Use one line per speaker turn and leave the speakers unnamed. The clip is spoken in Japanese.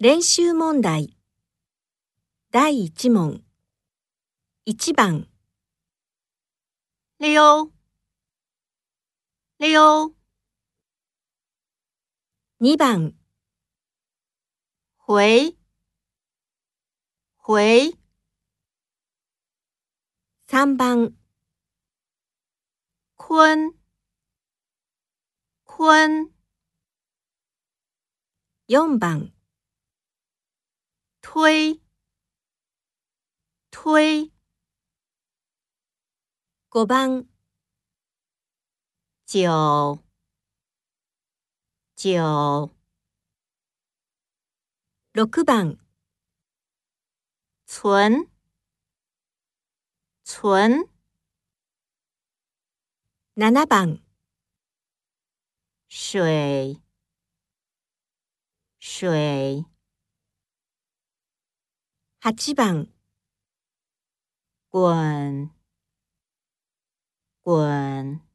練習問題。第1問。1番、
溜溜，
2番、
回回
3番、
坤坤
4番、
推推
5番、
九九
6番、
存存
7番、
水水
8番、
滚滚。